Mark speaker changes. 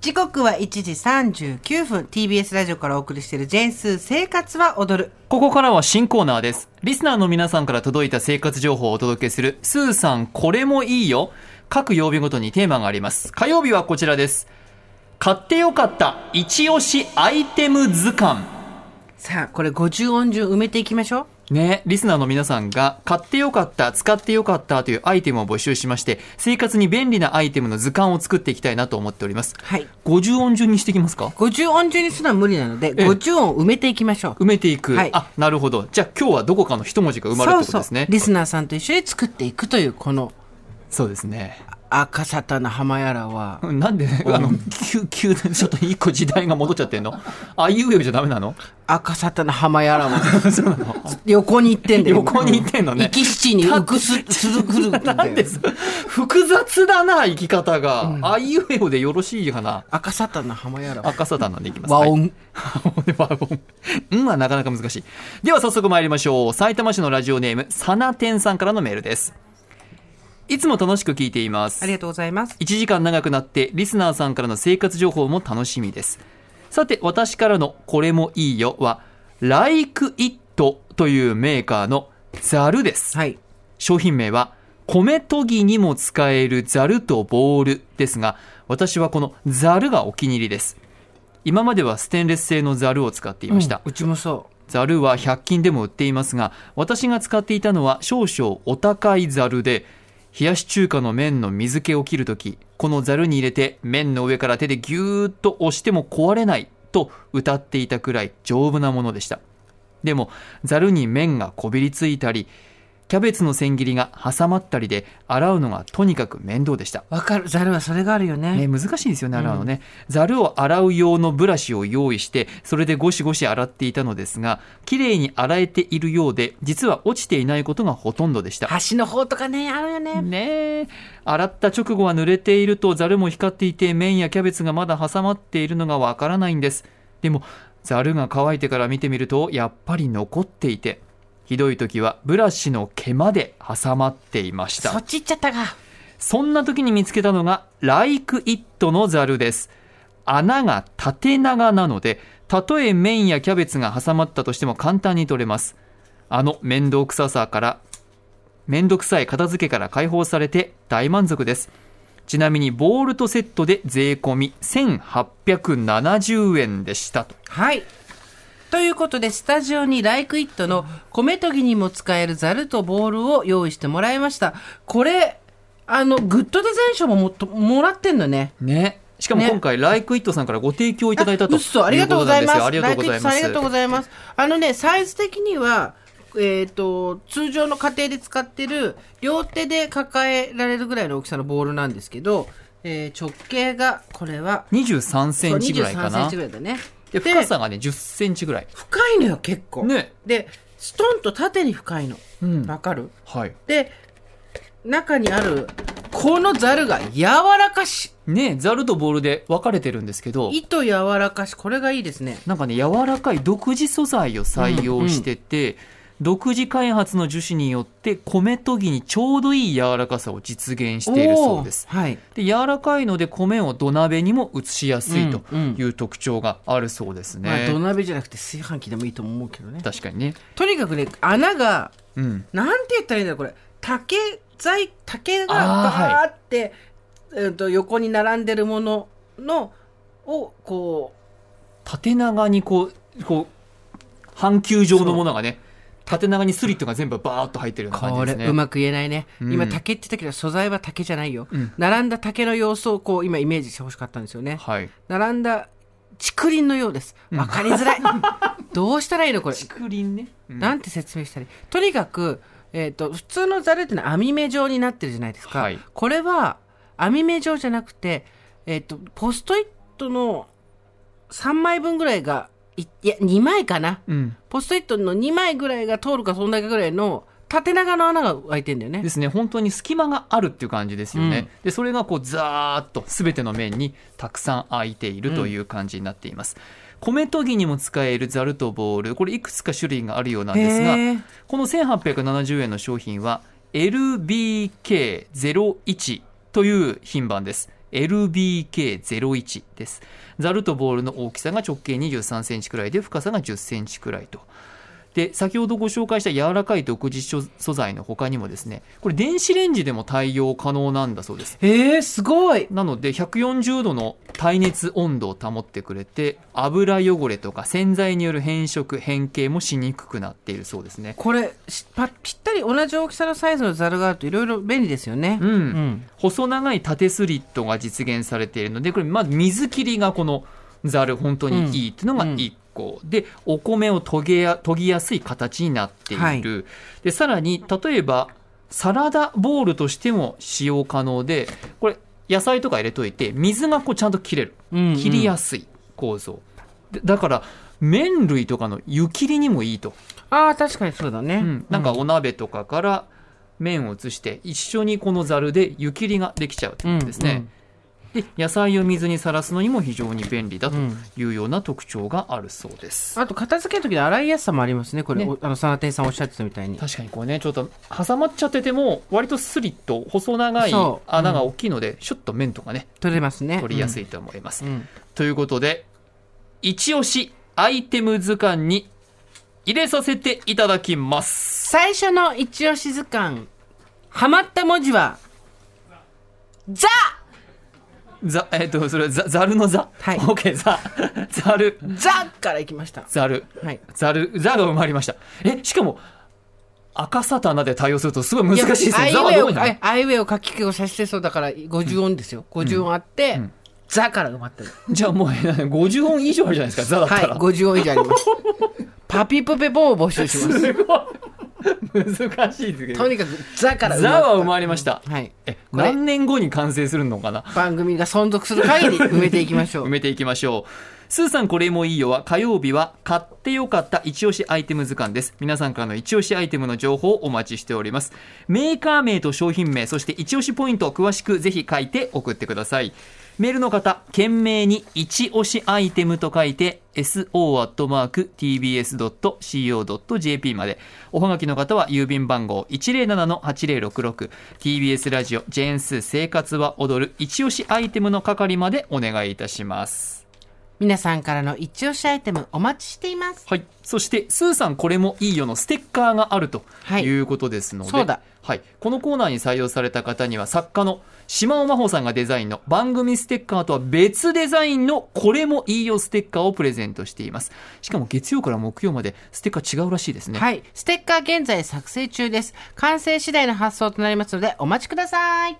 Speaker 1: 時刻は1時39分 TBS ラジオからお送りしている「ジェンスー生活は踊る
Speaker 2: ここからは新コーナーです。リスナーの皆さんから届いた生活情報をお届けする、スーさんこれもいいよ。各曜日ごとにテーマがあります。火曜日はこちらです。買ってよかった、一押しアイテム図鑑。」
Speaker 1: さあこれ50音順埋めていきましょう
Speaker 2: ね、リスナーの皆さんが買ってよかった、使ってよかったというアイテムを募集しまして、生活に便利なアイテムの図鑑を作っていきたいなと思っております。
Speaker 1: はい
Speaker 2: 50音順にしていきますか
Speaker 1: 50音順にするのは無理なので
Speaker 2: ええ
Speaker 1: 50音を埋めていきましょう
Speaker 2: 埋めていく、
Speaker 1: はい
Speaker 2: あ、なるほど。じゃあ今日はどこかの一文字が生まれるってことですね。
Speaker 1: リスナーさんと一緒に作っていくというこの
Speaker 2: そうですね。
Speaker 1: 赤さたな浜やらは
Speaker 2: なんで、あの、急、急でちょっと一個時代が戻っちゃってんの あいうえおじゃダメなの
Speaker 1: 赤さたな浜やらは
Speaker 2: そうな の
Speaker 1: 横に行ってんだよ
Speaker 2: 横に行ってんのね
Speaker 1: 行き七に浮く すするくるってんだよ
Speaker 2: なんです複雑だな、生き方が。あいうえおでよろしいかな。
Speaker 1: 赤さたな浜やらは
Speaker 2: 赤さだなんでいきます。
Speaker 1: 和音、
Speaker 2: はい。 和音。うんはなかなか難しい。では早速参りましょう。埼玉市のラジオネーム、さなてんさんからのメールです。いつも楽しく聞いています。
Speaker 1: ありがとうございます
Speaker 2: 1時間長くなってリスナーさんからの生活情報も楽しみですさて私からの「これもいいよ」は「Like It」というメーカーのザルです
Speaker 1: はい
Speaker 2: 商品名は米研ぎにも使えるザルとボールですが私はこのザルがお気に入りです今まではステンレス製のザルを使っていました、
Speaker 1: うんうちもそ
Speaker 2: ザルは100均でも売っていますが私が使っていたのは少々お高いザルで冷やし中華の麺の水気を切るときこのザルに入れて麺の上から手でギューッと押しても壊れないと歌っていたくらい丈夫なものでしたでもザルに麺がこびりついたりキャベツの千切りが挟まったりで洗うのがとにかく面倒でした
Speaker 1: うわかるざるはそれがあるよね
Speaker 2: ね、難しいですよね、洗うのね。ざ、る、を洗う用のブラシを用意して、それでゴシゴシ洗っていたのですが、綺麗に洗えているようで、実は落ちていないことがほとんどでした。
Speaker 1: 橋の方とかねあるよね、
Speaker 2: ねえ洗った直後は濡れているとざるも光っていて麺やキャベツがまだ挟まっているのがわからないんですでもざるが乾いてから見てみるとやっぱり残っていてひどい時はブラシの毛まで挟まっていました
Speaker 1: そっち行っちゃったか
Speaker 2: そんな時に見つけたのが、Like It のザルです。穴が縦長なので、たとえ麺やキャベツが挟まったとしても簡単に取れます。あの面倒くささから、面倒くさい片付けから解放されて大満足です。ちなみにボールとセットで税込み1870円でしたと。
Speaker 1: はい。ということで、スタジオにライクイットの米研ぎにも使えるザルとボールを用意してもらいました。これ、あの、グッドデザイン賞ももっともらってんのね。
Speaker 2: ね。しかも
Speaker 1: ね
Speaker 2: 今回、Like It さんからご提供いただいたという
Speaker 1: あ
Speaker 2: こ
Speaker 1: 嘘
Speaker 2: と
Speaker 1: ありが
Speaker 2: なん
Speaker 1: とうござい
Speaker 2: で
Speaker 1: ますす。
Speaker 2: よ。ありがとうござい
Speaker 1: ライクイットさ
Speaker 2: ま
Speaker 1: んあり
Speaker 2: す
Speaker 1: がとう。ございます。あのね、サイズ的には、えっ、と、通常の家庭で使ってる、両手で抱えられるぐらいの大きさのボールなんですけど、えー直径が、これは、
Speaker 2: 23センチぐらいか
Speaker 1: そう23セン
Speaker 2: な
Speaker 1: チ。ぐらいだね。
Speaker 2: で深さがね10センチぐらい
Speaker 1: 深いのよ、結構。
Speaker 2: ね
Speaker 1: でストンと縦に深いの
Speaker 2: うん
Speaker 1: わかる
Speaker 2: はい
Speaker 1: で中にあるこのザルが柔らかし
Speaker 2: ねザルとボールで分かれてるんですけど
Speaker 1: 糸柔らかしこれがいいですね
Speaker 2: なんかね柔らかい独自素材を採用してて、独自開発の樹脂によって米研ぎにちょうどいい柔らかさを実現しているそうです
Speaker 1: おーはい
Speaker 2: で柔らかいので米を土鍋にも移しやすいと
Speaker 1: うん
Speaker 2: いう特徴があるそうですね、
Speaker 1: まあ土鍋じゃなくて炊飯器でもいいと思うけどね
Speaker 2: 確かにね
Speaker 1: とにかくね穴が
Speaker 2: うん
Speaker 1: なんて言ったらいいんだろうこれ竹材竹が
Speaker 2: あーはい
Speaker 1: バーって、えーと横に並んでるもののをこう
Speaker 2: 縦長にこうこう半球状のものがね縦長にスリットが全部バーッと入ってるような感
Speaker 1: こ
Speaker 2: じで
Speaker 1: れ
Speaker 2: すね
Speaker 1: うまく言えないね、
Speaker 2: うん
Speaker 1: 今竹って言ったけど素材は竹じゃないよ、
Speaker 2: うん
Speaker 1: 並んだ竹の様子をこう今イメージしてほしかったんですよね
Speaker 2: はい
Speaker 1: 並んだ竹林のようですわかりづ らい、どうしたらいいのこれ、
Speaker 2: 竹林ね、うん
Speaker 1: なんて説明したりとにかく、えー、と普通のザルってのは網目状になってるじゃないですか、
Speaker 2: はい
Speaker 1: これは網目状じゃなくて、えー、とポストイットの3枚分ぐらいがいいや2枚かな
Speaker 2: うん、
Speaker 1: ポストイットの2枚ぐらいが通るかそんだけぐらいの縦長の穴が開いてんだよね
Speaker 2: で。すね本当に隙間があるっていう感じですよね、
Speaker 1: うん
Speaker 2: でそれがこうザーッと全ての面にたくさん空いているという感じになっています、米研ぎにも使えるザルとボールこれいくつか種類があるようなんですが
Speaker 1: へー
Speaker 2: この1870円の商品は LBK01 という品番です LBK01 ですざるとボールの大きさが直径23センチくらいで深さが10センチくらいとで先ほどご紹介した柔らかい独自素素材の他にもですねこれ電子レンジでも対応可能なんだそうです
Speaker 1: えー、すごい
Speaker 2: なので140度の耐熱温度を保ってくれて油汚れとか洗剤による変色変形もしにくくなっているそうですね
Speaker 1: これしぱぴったり同じ大きさのサイズのザルがあるといろいろ便利ですよね
Speaker 2: うん、
Speaker 1: うん
Speaker 2: 細長い縦スリットが実現されているのでこれまず水切りがこのザル本当にいいっていうのが
Speaker 1: うん
Speaker 2: 1個、でお米を研げや研ぎやすい形になっている、
Speaker 1: はい
Speaker 2: でさらに例えばサラダボウルとしても使用可能でこれ野菜とか入れといて水がこうちゃんと切れる
Speaker 1: うん
Speaker 2: 切りやすい構造、でだから麺類とかの湯切りにもいいと、
Speaker 1: ああ確かにそうだね、
Speaker 2: うんなんかお鍋とかから麺を移して一緒にこのざるで湯切りができちゃうっていうんですね、で野菜を水にさらすのにも非常に便利だというような特徴があるそうです、
Speaker 1: あと片付ける時の洗いやすさもありますねこれ、
Speaker 2: ね
Speaker 1: おあのサナテンさんおっしゃってたみたいに
Speaker 2: 確かにこれねちょっと挟まっちゃってても割とスリッと細長い
Speaker 1: そう
Speaker 2: 穴が大きいので、シュッと麺とかね
Speaker 1: 取れますね
Speaker 2: 取りやす
Speaker 1: い、
Speaker 2: いと思います
Speaker 1: う、んうん
Speaker 2: ということで、一押しアイテム図鑑に入れさせていただきます。
Speaker 1: 最初の一押し図鑑ハマった文字は「ザ」
Speaker 2: ざ、えっ、と、それはざ、ざるのざ。
Speaker 1: はい
Speaker 2: オッケー、ざ、ざる、
Speaker 1: 「ザ」からいきました
Speaker 2: ざる、
Speaker 1: はい
Speaker 2: ざる、ざが埋まりました。え、しかも、赤サタナで対応するとすごい難しいです
Speaker 1: あ
Speaker 2: ね。
Speaker 1: いや
Speaker 2: ざ
Speaker 1: あ
Speaker 2: は
Speaker 1: いうえ
Speaker 2: ど
Speaker 1: お
Speaker 2: こにあるの
Speaker 1: あいうえを書き消させてそうだから50音ですよ、50音あって、
Speaker 2: うん
Speaker 1: ザから埋まってる
Speaker 2: じゃあもう、えー50音以上あるじゃないですか、ざだった
Speaker 1: はい
Speaker 2: ら。
Speaker 1: 50音以上あり ますパピプペポを募集します
Speaker 2: すごい。 難しいですけ
Speaker 1: と
Speaker 2: ど。
Speaker 1: にかくザから
Speaker 2: ざは埋
Speaker 1: ま
Speaker 2: まりました。
Speaker 1: るはい
Speaker 2: え、
Speaker 1: これ
Speaker 2: 何年後に完成するのかな
Speaker 1: 番組が存続する限り埋めていきましょ
Speaker 2: 埋
Speaker 1: う
Speaker 2: めていきましょう。スーさんこれもいいよは火曜日は買ってよかった一押しアイテム図鑑です。皆さんからの一押しアイテムの情報をお待ちしております。メーカー名と商品名、そして一押しポイントを詳しくぜひ書いて送ってください。メールの方、懸命に一押しアイテムと書いて so.tbs.co.jp まで。おはがきの方は郵便番号 107-8066TBS ラジオジェーンスー生活は踊る一押しアイテムの係までお願いいたします。
Speaker 1: 皆さんからの一押しアイテムお待ちしています
Speaker 2: はい、そしてスーさんこれもいいよのステッカーがあると
Speaker 1: はい
Speaker 2: いうことですので、
Speaker 1: そうだ
Speaker 2: はい、このコーナーに採用された方には作家の島尾真帆さんがデザインの番組ステッカーとは別デザインのこれもいいよステッカーをプレゼントしていますしかも月曜から木曜までステッカー違うらしいですね、
Speaker 1: はいステッカー現在作成中です完成次第の発送となりますのでお待ちください